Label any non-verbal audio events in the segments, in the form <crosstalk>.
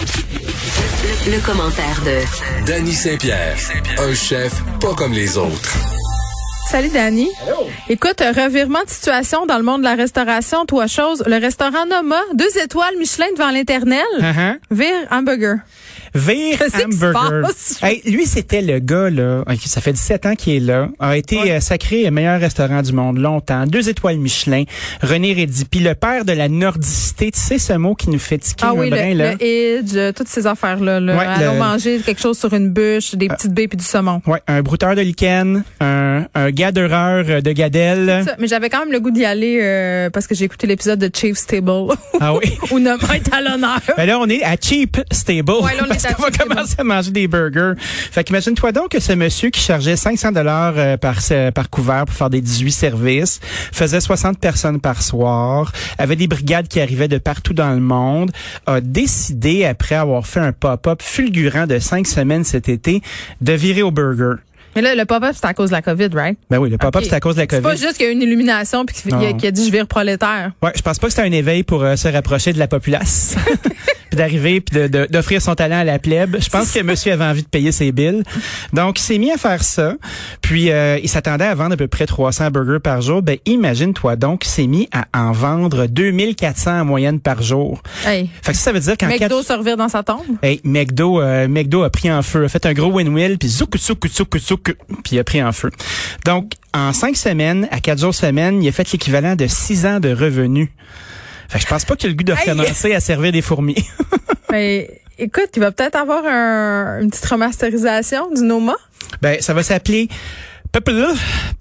Le, le commentaire de Danny Saint-Pierre, un chef pas comme les autres. Salut Dani. Écoute, revirement de situation dans le monde de la restauration, trois choses. Le restaurant Noma, deux étoiles Michelin devant l'internel. Uh-huh. Vire hamburger. Vire Qu'est-ce qui se Hamburger. passe? Hey, lui, c'était le gars, là. ok, Ça fait 17 ans qu'il est là. A été Ouais. euh, sacré meilleur restaurant du monde longtemps. Deux étoiles Michelin. René Rédipi, le père de la nordicité. Tu sais ce mot qui nous fait tiquer Ah un oui, le, brin, là? le edge, euh, toutes ces affaires-là. Là. Ouais, Allons le- Ah. manger quelque chose sur une bûche, des petites baies puis du saumon. Ouais, un brouteur de lichen, un, un gadereur euh, de gadelle. Ça, mais j'avais quand même le goût d'y aller euh, parce que j'ai écouté l'épisode de Chief's Table <laughs> Ah oui. où Noma est à l'honneur. Ben là, on est à Cheap Stable. Ouais, là, on est <laughs> parce à qu'on va Cheap Stable. commencer à manger des burgers. Fait qu'imagine-toi donc que ce monsieur qui chargeait 500 dollars euh, par, se- par couvert pour faire des 18 services, faisait 60 personnes par soir, avait des brigades qui arrivaient de partout dans le monde, a décidé, après avoir fait un pop-up fulgurant de cinq semaines cet été, de virer au burger. Mais là, le pop-up, c'est à cause de la COVID, right? Ben oui, le pop-up, Ok. c'est à cause de la C'est pas COVID. juste qu'il y a eu une illumination puis qu'il y a, Non. qu'il a dit je vire prolétaire. Ouais, je pense pas que c'était un éveil pour euh, se rapprocher de la populace. puis d'arriver puis de- de- d'offrir son talent à la plèbe. Je pense que monsieur avait envie de payer ses billes. Donc, il s'est mis à faire ça. Puis, euh, il s'attendait à vendre à peu près 300 burgers par jour. Ben, imagine-toi donc, il s'est mis à en vendre 2400 en moyenne par jour. Hey. Fait que ça, ça veut dire qu'en McDo quatre- se revire dans sa tombe. Hey, McDo, euh, McDo a pris en feu, a fait un gros win-wheel, puis zouk, zouk, zouk, zouk, puis a pris en feu. Donc, en cinq semaines, à quatre jours semaine, il a fait l'équivalent de six ans de revenus. Fait que je pense pas qu'il a le goût de recommencer à servir des fourmis. Mais écoute, il va peut-être avoir un- une petite remasterisation du Noma. <laughs> ben, ça va s'appeler Populus,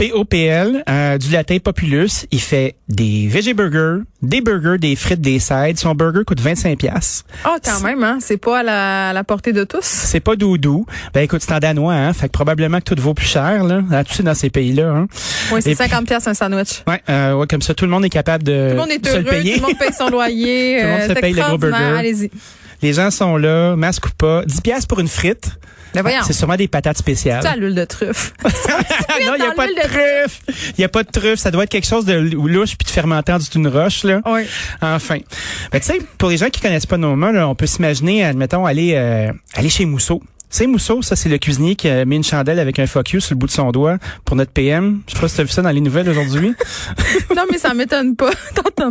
P-O-P-L, euh, du latin Populus. Il fait des veggie burgers, des burgers, des frites, des sides. Son burger coûte 25 pièces. Ah, quand même, hein? C'est pas à la, à la portée de tous. C'est pas doudou. Ben, écoute, c'est en danois, hein. Fait que probablement que tout vaut plus cher, là. Là, tu sais, dans ces pays-là, hein. Oui, c'est Et puis- 50 pièces un sandwich. Ouais, euh, ouais, comme ça, tout le monde est capable de Tout le monde est se heureux, le tout payer. le monde paye son <laughs> loyer. Tout le monde euh, se c'est paye le gros extraordinaire, burger. Allez-y. Les gens sont là, masque ou pas. 10 piastres pour une frite. Mais Ben voyons, C'est c'est sûrement des patates spéciales. à l'huile de truffe. <laughs> non, il n'y a dans pas de l'huile de truffe. Il n'y a pas de truffe. Ça doit être quelque chose de lou- louche puis de fermentant du tout une roche, là. oui. Enfin. Ben, tu sais, pour les gens qui connaissent pas nos mains, là, on peut s'imaginer, admettons, aller, euh, aller chez Mousseau. C'est Mousseau, ça, c'est le cuisinier qui a mis une chandelle avec un focus sur le bout de son doigt pour notre PM. Je sais pas si t'as vu ça dans les nouvelles aujourd'hui. Non, mais ça m'étonne pas. <laughs> T'entends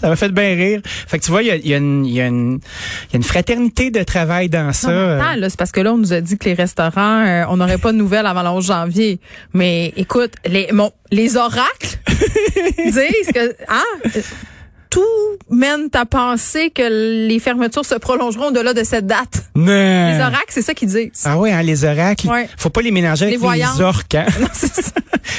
Ça m'a fait bien rire. Fait que tu vois, il y a, il y a une, il y a une- il y a une fraternité de travail dans ça. Euh, Attends, là, c'est parce que là, on nous a dit que les restaurants, euh, on n'aurait pas de nouvelles avant le 11 janvier. Mais écoute, les, mon- les oracles <laughs> disent que, hein, euh, tout mène à penser que les fermetures se prolongeront au-delà de cette date. non. Les oracles, c'est ça qu'ils disent. Ah ouais, hein, les oracles. Ouais. Faut pas les mélanger Les avec voyantes. les orques. hein. <laughs> <laughs> C'est ça.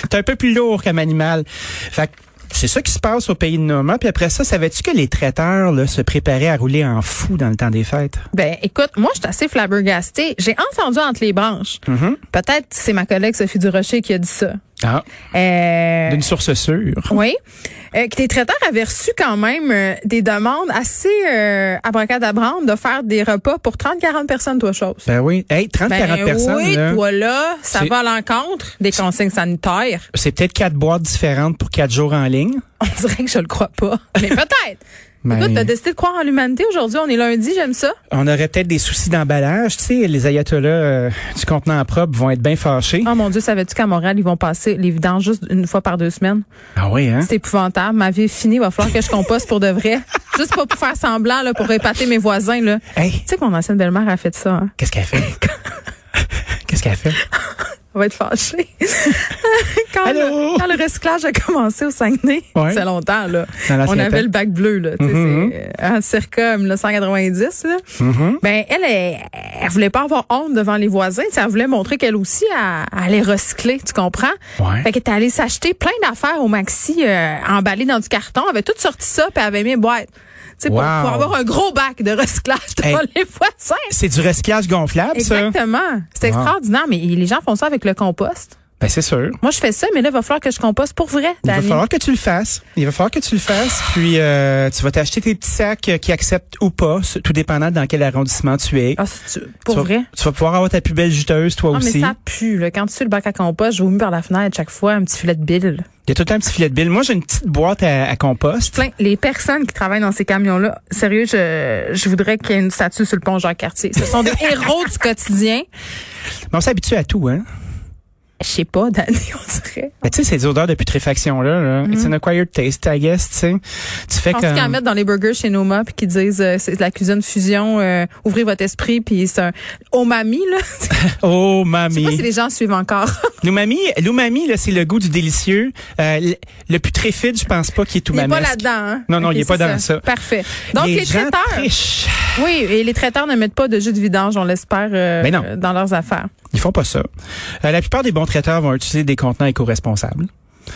T'es un peu plus lourd comme animal. Fait que c'est ça qui se passe au pays de Noma. Puis après ça, savais-tu que les traiteurs là, se préparaient à rouler en fou dans le temps des fêtes? Ben, écoute, moi, je suis assez flabbergastée. J'ai entendu entre les branches. Mm-hmm. Peut-être c'est ma collègue Sophie Durocher qui a dit ça. Ah, Euh, d'une source sûre. Oui. Euh, que les traiteurs avaient reçu quand même euh, des demandes assez euh, abracadabrantes de faire des repas pour 30-40 personnes, toi, chose. Ben oui. Hey, 30-40 personnes, oui, là, toi là, ça C'est- va à l'encontre des consignes sanitaires. <laughs> c'est peut-être quatre boîtes différentes pour quatre jours en ligne. On dirait que je le crois pas. <laughs> Mais peut-être. Ben, Écoute, t'as décidé de croire en l'humanité aujourd'hui. On est lundi, j'aime ça. on aurait peut-être des soucis d'emballage. Tu sais, les ayatollahs euh, du contenant propre vont être bien fâchés. Oh mon Dieu, savais-tu qu'à Montréal, ils vont passer les vidanges juste une fois par deux semaines? Ah oui, hein? C'est épouvantable. Ma vie est finie. Il va falloir que je composte pour de <laughs> vrai. Juste pas pour faire semblant, là, pour épater mes voisins. Là. Tu Hey, sais que mon ancienne belle-mère a fait ça. Hein? qu'est-ce qu'elle fait? <laughs> qu'est-ce qu'elle fait? On va être <laughs> fâchée. quand, Allô? le, quand le recyclage a commencé au Saguenay, Ouais. c'est longtemps, là. Dans l'ancien On avait temps. le bac bleu, là. tu sais, Mhm. c'est, euh, en circa 1990, là. Mm-hmm. Ben, elle, elle, elle voulait pas avoir honte devant les voisins. tu sais, Elle voulait montrer qu'elle aussi, elle, elle allait recycler, tu comprends? Ouais. Fait qu'elle était allée s'acheter plein d'affaires au maxi, euh, emballées dans du carton. Elle avait tout sorti ça, puis elle avait mis une boîte. sais, pour, Wow. pour avoir un gros bac de recyclage dans Hey. les voitures. C'est du resclage gonflable, ça? Exactement. C'est Wow. extraordinaire, mais les gens font ça avec le compost. Ben, c'est sûr. Moi, je fais ça, mais là, il va falloir que je composte pour vrai, Il va Dani. falloir que tu le fasses. Il va falloir que tu le fasses. Ah. Puis euh, tu vas t'acheter tes petits sacs euh, qui acceptent ou pas, ce- tout dépendant dans quel arrondissement tu es. Ah, c'est- pour tu vas, vrai. Tu vas pouvoir avoir ta plus belle juteuse, toi Non, mais aussi. ça pue. Là. Quand tu suis le bac à compost, je vomis par la fenêtre chaque fois un petit filet de bile. Il y a tout le temps un petit filet de bille. Moi, j'ai une petite boîte à, à compost. Plein- les personnes qui travaillent dans ces camions-là, sérieux, je, je voudrais qu'il y ait une statue sur le pont Jean-Cartier. Ce <laughs> sont des héros du quotidien. Mais on s'habitue à tout, hein? Je sais pas, Dani, on dirait. Mais tu sais, ces odeurs de putréfaction-là, là, Mhm. it's an acquired taste, I guess, tu sais. Tu fais Je pense comme... qu'ils en mettent dans les burgers chez Noma puis qu'ils disent euh, c'est de la cuisine fusion, euh, ouvrez votre esprit puis c'est un omami là. <laughs> Je sais Oh, pas si mamie. les gens suivent encore. L'umami, l'umami, là, c'est le goût du délicieux. Euh, le, le putréfide, je pense pas qu'il est Il est umami. pas là-dedans. hein? Non, non, Ok, il est pas c'est dans ça. Parfait. Donc les, les gens traiteurs, trichent. oui, et les traiteurs ne mettent pas de jus de vidange, on l'espère, euh, Ben non. euh, dans leurs affaires. Ils font pas ça. Euh, la plupart des bons traiteurs vont utiliser des contenants éco-responsables.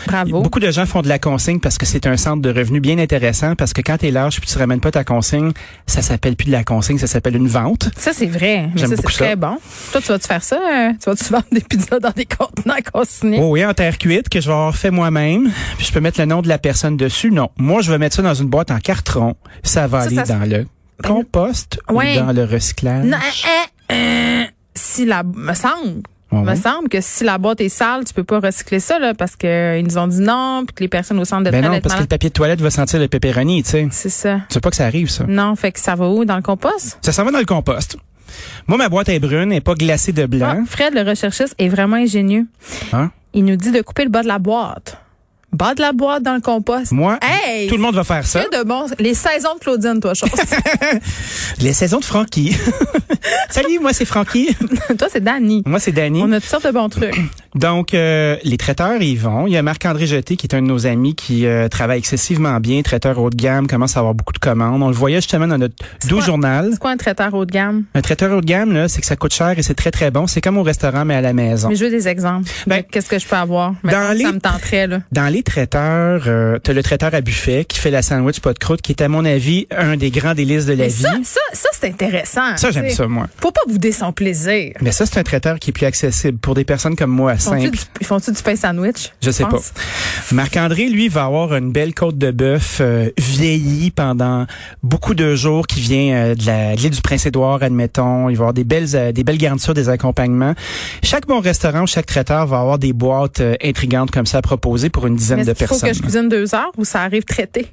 Bravo. Beaucoup de gens font de la consigne parce que c'est un centre de revenus bien intéressant parce que quand t'es large puis tu ramènes pas ta consigne, ça s'appelle plus de la consigne, ça s'appelle une vente. Ça, c'est vrai. Mais J'aime ça, c'est beaucoup ça. très bon. Toi, tu vas-tu faire ça? hein? Tu vas-tu <laughs> vendre des pizzas dans des contenants consignés? Oh oui, en terre cuite que je vais avoir fait moi-même. Puis je peux mettre le nom de la personne dessus. Non, moi je vais mettre ça dans une boîte en carton. Ça va Ça, aller ça se- dans le compost Ouais. ou dans le recyclage. Non, hein, hein, hein. si la, me semble. Ouais, Me Ah ouais. semble que si la boîte est sale, tu peux pas recycler ça là, parce que euh, ils nous ont dit non, puis que les personnes au centre de Ben non, traite parce que le malades. papier de toilette va sentir le pepperoni, tu sais. c'est ça. Tu veux pas que ça arrive ça. Non, fait que ça va où dans le compost Ça s'en va dans le compost. Moi ma boîte est brune, elle est pas glacée de Ah, blanc. Fred, le recherchiste, est vraiment ingénieux. Hein? Il nous dit de couper le bas de la boîte. Bas de la boîte dans le compost. Moi, Hey! tout le monde va faire ça. Que de bon, les saisons de Claudine, toi, <laughs> chose. Les saisons de Francky. <laughs> Salut, moi c'est Francky. toi, c'est Danny. moi c'est Danny. On a toutes sortes de bons trucs. Mm-hmm. Donc euh, les traiteurs ils vont. Il y a Marc-André Jeté qui est un de nos amis qui euh, travaille excessivement bien, traiteur haut de gamme, commence à avoir beaucoup de commandes. On le voyait justement dans notre doux quoi? journal. C'est quoi un traiteur haut de gamme? Un traiteur haut de gamme là, c'est que ça coûte cher et c'est très très bon. C'est comme au restaurant mais à la maison. Mais je veux des exemples. Ben, De Qu'est-ce que je peux avoir? Maintenant, dans les- Ben Ça me tenterait, là. Dans les traiteurs, euh, t'as le traiteur à buffet qui fait la sandwich pas de croûte, qui est à mon avis un des grands délices de la Mais vie. ça, ça, ça, c'est intéressant. Ça, j'aime tu sais. ça moi. Faut pas bouder son plaisir. Mais ça c'est un traiteur qui est plus accessible pour des personnes comme moi Ils font-tu simple. du, ils font-tu du pain sandwich? Je sais pense? pas. Marc-André, lui, va avoir une belle côte de bœuf euh, vieillie pendant beaucoup de jours qui vient euh, de la de l'île du Prince-Édouard, admettons. Il va avoir des belles euh, des belles garnitures, des accompagnements. Chaque bon restaurant, chaque traiteur va avoir des boîtes euh, intrigantes comme ça à proposer pour une dizaine Mais de est-ce qu'il faut personnes. que je cuisine deux heures ou ça arrive traité?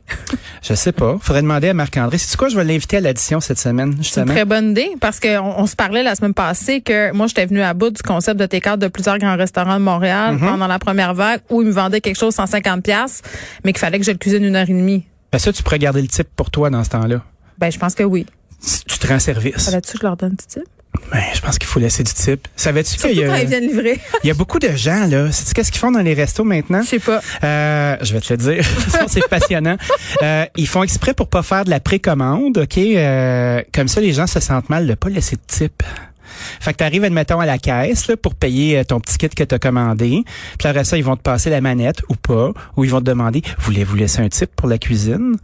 Je sais pas. Faudrait demander à Marc-André. C'est quoi, je vais l'inviter à l'addition cette semaine, C'est une justement. très bonne idée parce qu'on on se parlait la semaine passée que moi, j'étais venue à bout du concept de take-out de plusieurs grands restaurants de Montréal Mm-hmm. pendant la première vague où ils me vendaient quelque chose 150$, piastres, mais qu'il fallait que je le cuisine une heure et demie. Ben ça, tu pourrais garder le type pour toi dans ce temps-là. Ben, je pense que oui. Si Tu te rends service. Là-dessus, je leur donne du type. Ben, je pense qu'il faut laisser du type. Savais-tu qu'il Surtout y, quand a- ils viennent livrer. il y a beaucoup de gens, là? Sais-tu qu'est-ce qu'ils font dans les restos <laughs> maintenant? Je sais pas. Euh, je vais te le dire. <laughs> Ça, c'est passionnant. Euh, ils font exprès pour pas faire de la précommande, OK? Euh, comme ça, les gens se sentent mal de pas laisser de type. Fait que t'arrives, admettons, à la caisse là, pour payer euh, ton petit kit que t'as commandé. Puis après ça, ils vont te passer la manette ou pas. Ou ils vont te demander, voulez-vous laisser un type pour la cuisine?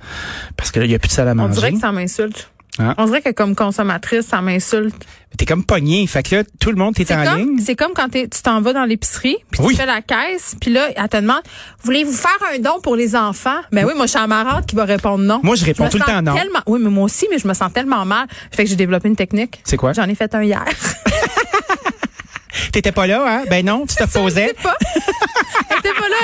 Parce que là, il y a plus de salle à On manger. dirait que ça m'insulte. Ah. On dirait que comme consommatrice, ça m'insulte. T'es comme pogné. Fait que là, tout le monde, t'es C'est en comme, ligne. c'est comme quand t'es- tu t'en vas dans l'épicerie, puis Oui. tu fais la caisse, puis là, elle te demande, voulez-vous faire un don pour les enfants? Ben oui, moi, je suis la marade qui va répondre non. Moi, je réponds me tout le sens temps non. tellement- oui, mais moi aussi, mais je me sens tellement mal. Fait que j'ai développé une technique. C'est quoi? J'en ai fait un hier. T'étais pas là, hein? Ben non, tu te Je posais. sais pas. Elle était pas là,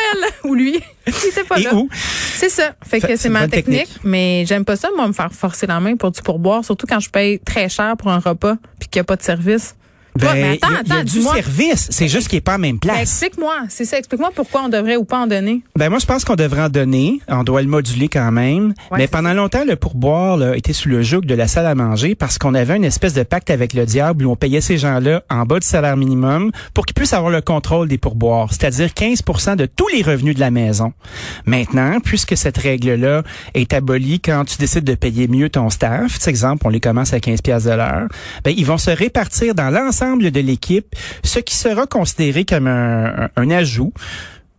elle. Ou lui. Il était pas Et là. où? C'est ça. Fait Fait- que c'est c'est une ma bonne technique, technique. mais j'aime pas ça, moi, me faire forcer la main pour du pourboire, surtout quand je paye très cher pour un repas puis qu'il n'y a pas de service. Toi, Ben, mais attends, il y a- il y a attends, du dis-moi. service. C'est juste qu'il est pas en même Ben, place. explique-moi, c'est ça, explique-moi pourquoi on devrait ou pas en donner. Ben moi, je pense qu'on devrait en donner. On doit le moduler quand même. Ouais, Mais c'est pendant longtemps, le pourboire là, était sous le joug de la salle à manger parce qu'on avait une espèce de pacte avec le diable où on payait ces gens-là en bas du salaire minimum pour qu'ils puissent avoir le contrôle des pourboires, c'est-à-dire 15 de tous les revenus de la maison. Maintenant, puisque cette règle-là est abolie quand tu décides de payer mieux ton staff, par exemple, on les commence à 15 pièces de l'heure, ben ils vont se répartir dans l'ensemble de l'équipe, ce qui sera considéré comme un, un- un ajout.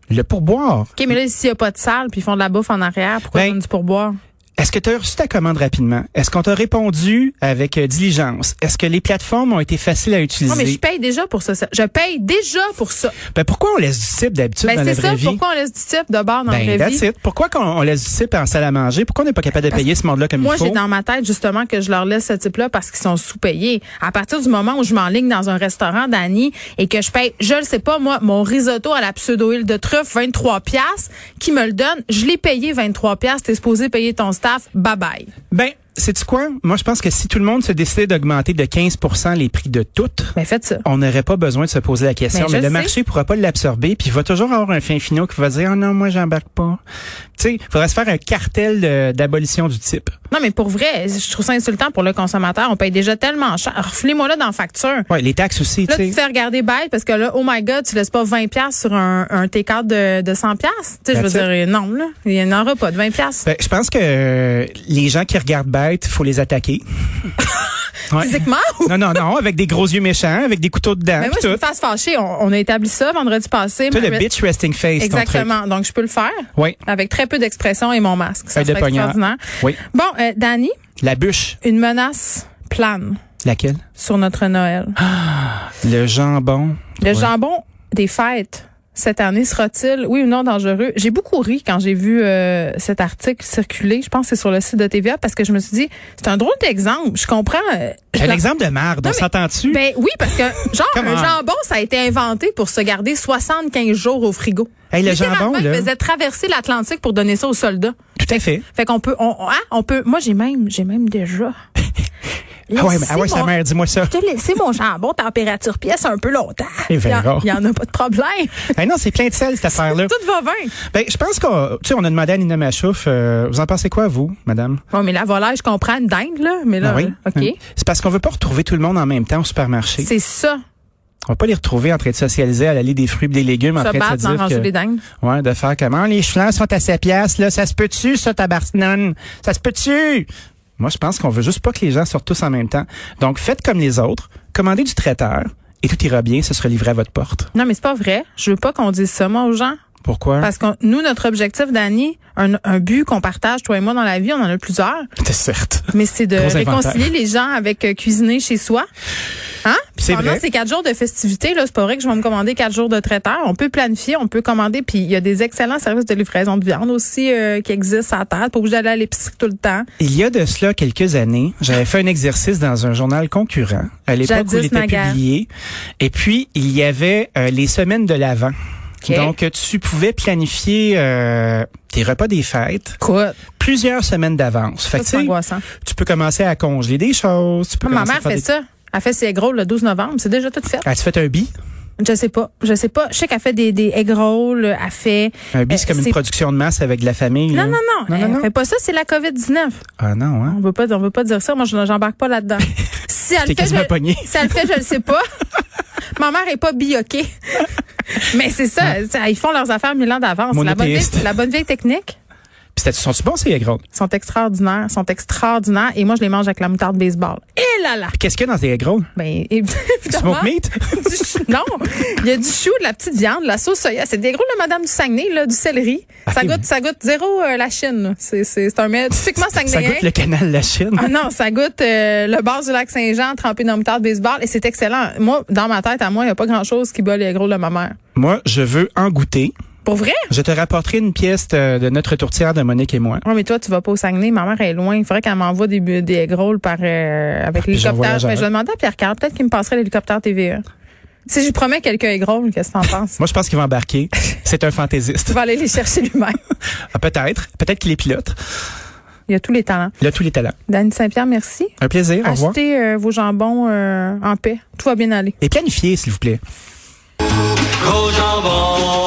Le pourboire. OK, mais là, s'il n'y a pas de salle puis ils font de la bouffe en arrière, pourquoi Ben, ils donnent du pourboire? Est-ce que tu as reçu ta commande rapidement? Est-ce qu'on t'a répondu avec euh, diligence? Est-ce que les plateformes ont été faciles à utiliser? Non, mais je paye déjà pour ça. ça. Je paye déjà pour ça. Ben, pourquoi on laisse du type d'habitude Ben, dans la c'est vraie ça. vie? Pourquoi on laisse du type de bord dans la ben, vraie that's vie? it. Pourquoi qu'on- on laisse du type en salle à manger? Pourquoi on n'est pas capable de payer ce monde-là comme Moi, il faut? j'ai dans ma tête justement que je leur laisse ce type-là parce qu'ils sont sous-payés. À partir du moment où je m'enligne dans un restaurant, Dani, et que je paye, je le sais pas, moi, mon risotto à la pseudo-huile de truffe, 23 piastres, qui me le donne, je l'ai payé 23 piastres, t'es supposé payer ton staff, bye-bye. Ben, c'est quoi? Moi, je pense que si tout le monde se décidait d'augmenter de 15 les prix de toutes, Mais faites ça. on n'aurait pas besoin de se poser la question. Mais Ben, je Mais, le sais. marché pourra pas l'absorber, puis il va toujours avoir un fin finot qui va dire Ah non, moi j'embarque pas. Tu sais, il faudrait se faire un cartel euh, d'abolition du type. Non, mais pour vrai, je trouve ça insultant pour le consommateur. On paye déjà tellement cher. Reflez-moi là dans la facture. Ouais, les taxes aussi, tu Là, tu sais. te fais regarder bête parce que là, oh my God, tu laisses pas 20 pièces sur un, un T4 de, de 100 pièces. Tu sais, je veux That's dire, euh, non, là. Il n'y en aura pas de 20 <laughs> pièces. Ben, je pense que euh, les gens qui regardent bête, faut <laughs> les attaquer. Ouais. Physiquement ou? Non, non, non, avec des gros yeux méchants, avec des couteaux dedans, Mais Ben moi, pis je me tout. fasse fâcher. On, on a établi ça vendredi passé. Hein, Toi, le Marie- bitch resting face, ton truc. Exactement. Donc, je peux le faire Oui, avec très peu d'expression et mon masque. Ça Feuille de serait poignard. extraordinaire. oui. Bon, euh, Dani, La bûche. une menace plane Laquelle? sur notre Noël. Le jambon. Le Ah, Ouais. jambon des fêtes cette année sera-t-il, oui ou non, dangereux? J'ai beaucoup ri quand j'ai vu euh, cet article circuler. Je pense que c'est sur le site de TVA parce que je me suis dit, c'est un drôle d'exemple. Je comprends. euh, je Un le- exemple de merde, Non, on mais- s'entend-tu? Ben oui, parce que genre, Come un on. jambon, ça a été inventé pour se garder 75 jours au frigo. Hey, le Littéralement, jambon, ils là. faisaient traverser l'Atlantique pour donner ça aux soldats. Tout à fait. Fait qu'on peut, on, on- hein, on peut, moi j'ai même, j'ai même déjà. <laughs> Ah ouais, mais- ah ouais, Laissez sa mon- mère, dis-moi <laughs> ça. Je te laissé mon jambon température pièce un peu longtemps. Eh Il ben, y, a- rare. il y en a pas de <laughs> problème. Ah non, c'est plein de sel, cette affaire-là. Tout va bien. Ben, je pense qu'on, tu sais, on a demandé à Nina Machouf, euh, vous en pensez quoi, vous, madame? Bon, mais la volaille, je comprends une dingue, là. Mais là, euh, Ah oui? OK. C'est parce qu'on veut pas retrouver tout le monde en même temps au supermarché. C'est ça, On va pas les retrouver en train de socialiser à l'allée des fruits et des légumes, en se train de battre se dans dire ranger les que, dingues. ouais, de faire comment les fleurs sont à sa pièce, là, ça se peut-tu, ça, tabarnane? Ça se peut-tu? Moi, je pense qu'on veut juste pas que les gens sortent tous en même temps. Donc, faites comme les autres, commandez du traiteur, et tout ira bien, ce sera livré à votre porte. Non, mais c'est pas vrai. Je veux pas qu'on dise ça, moi, aux gens. Pourquoi? Parce que nous, notre objectif, Dani, un, un but qu'on partage, toi et moi, dans la vie, on en a plusieurs. <laughs> C'est certes. Mais c'est de Gros inventaire. réconcilier les gens avec euh, cuisiner chez soi. Hein? Puis C'est pendant vrai. ces quatre jours de festivités, là, c'est pas vrai que je vais me commander quatre jours de traiteur. On peut planifier, on peut commander. Puis il y a des excellents services de livraison de viande aussi euh, qui existent à terre. Pas obligé d'aller à l'épicerie tout le temps. Il y a de cela quelques années, j'avais fait un exercice dans un journal concurrent à l'époque où Ah. Jadis il était Naguère. publié. Et puis, il y avait euh, les semaines de l'Avent. OK. Donc, tu pouvais planifier euh, tes repas des fêtes Quoi? plusieurs semaines d'avance. Fait Ça, que, c'est tu sais, angoissant. Ah, tu peux commencer à congeler des choses. Tu peux Ma commencer à mère faire fait des- ça. Elle fait ses gros le 12 novembre. C'est déjà tout fait. Ah, tu fais un bi? Je sais pas. Je sais pas. Je sais qu'elle fait des, des egg rolls. Elle fait. Un bi, Euh, c'est comme une c'est- production de masse avec de la famille. là. Non, non, non. Hum. Non, elle non, non. fait pas ça. C'est la COVID-19. Ah non, hein? On veut pas, on veut pas dire ça. Moi, je j'embarque pas <laughs> là-dedans. si elle T'es le fait, quasiment je, pogné. si elle le fait, je le sais <laughs> pas. Ma mère est pas bioquée. Mais c'est ça. ça, Ils font leurs affaires mille ans d'avance. La bonne, vieille, Monothéiste. la bonne vieille technique. Puis, c'était- sont-tu bons, ces egg rolls? Ils sont extraordinaires. Ils sont extraordinaires. Et moi, je les mange avec la moutarde baseball. Et là là. Puis, qu'est-ce qu'il y a dans ces egg rolls? Ben, <laughs> évidemment. Smoke meat? <laughs> du chou. Non, il y a du chou, de la petite viande, de la sauce soya. C'est des gros, la madame du Saguenay, là, du céleri. Ça Ok, goûte, mais- ça goûte zéro euh, la Chine. là. C'est, c'est, c'est un mets typiquement Ça saguenayen. goûte le canal de la Chine. Ah non, ça goûte euh, le bord du lac Saint-Jean trempé dans moutarde baseball et c'est excellent. Moi, dans ma tête, à moi, il n'y a pas grand-chose qui bat les gros de ma mère. Moi, je veux en goûter. Pour vrai? Je te rapporterai une pièce de, de notre tourtière de Monique et moi. Non, mais toi, tu vas pas au Saguenay. Ma mère est loin. Il faudrait qu'elle m'envoie des, bu- des egg rolls par, euh, avec pigeon l'hélicoptère. voyageur. Ben, je vais demander à Pierre Carl, peut-être qu'il me passerait l'hélicoptère TVA. Si je lui promets quelques egg rolls, qu'est-ce que t'en penses? Moi, je pense qu'il va embarquer. C'est un fantaisiste. Tu vas aller les chercher lui-même. Ah, peut-être. Peut-être qu'il est pilote. Il y a tous les talents. Il a tous les talents. Dany Saint-Pierre, merci. Un plaisir. Au revoir. Achetez euh, vos jambons euh, en paix. Tout va bien aller. Et planifiez, s'il vous plaît. Gros jambon,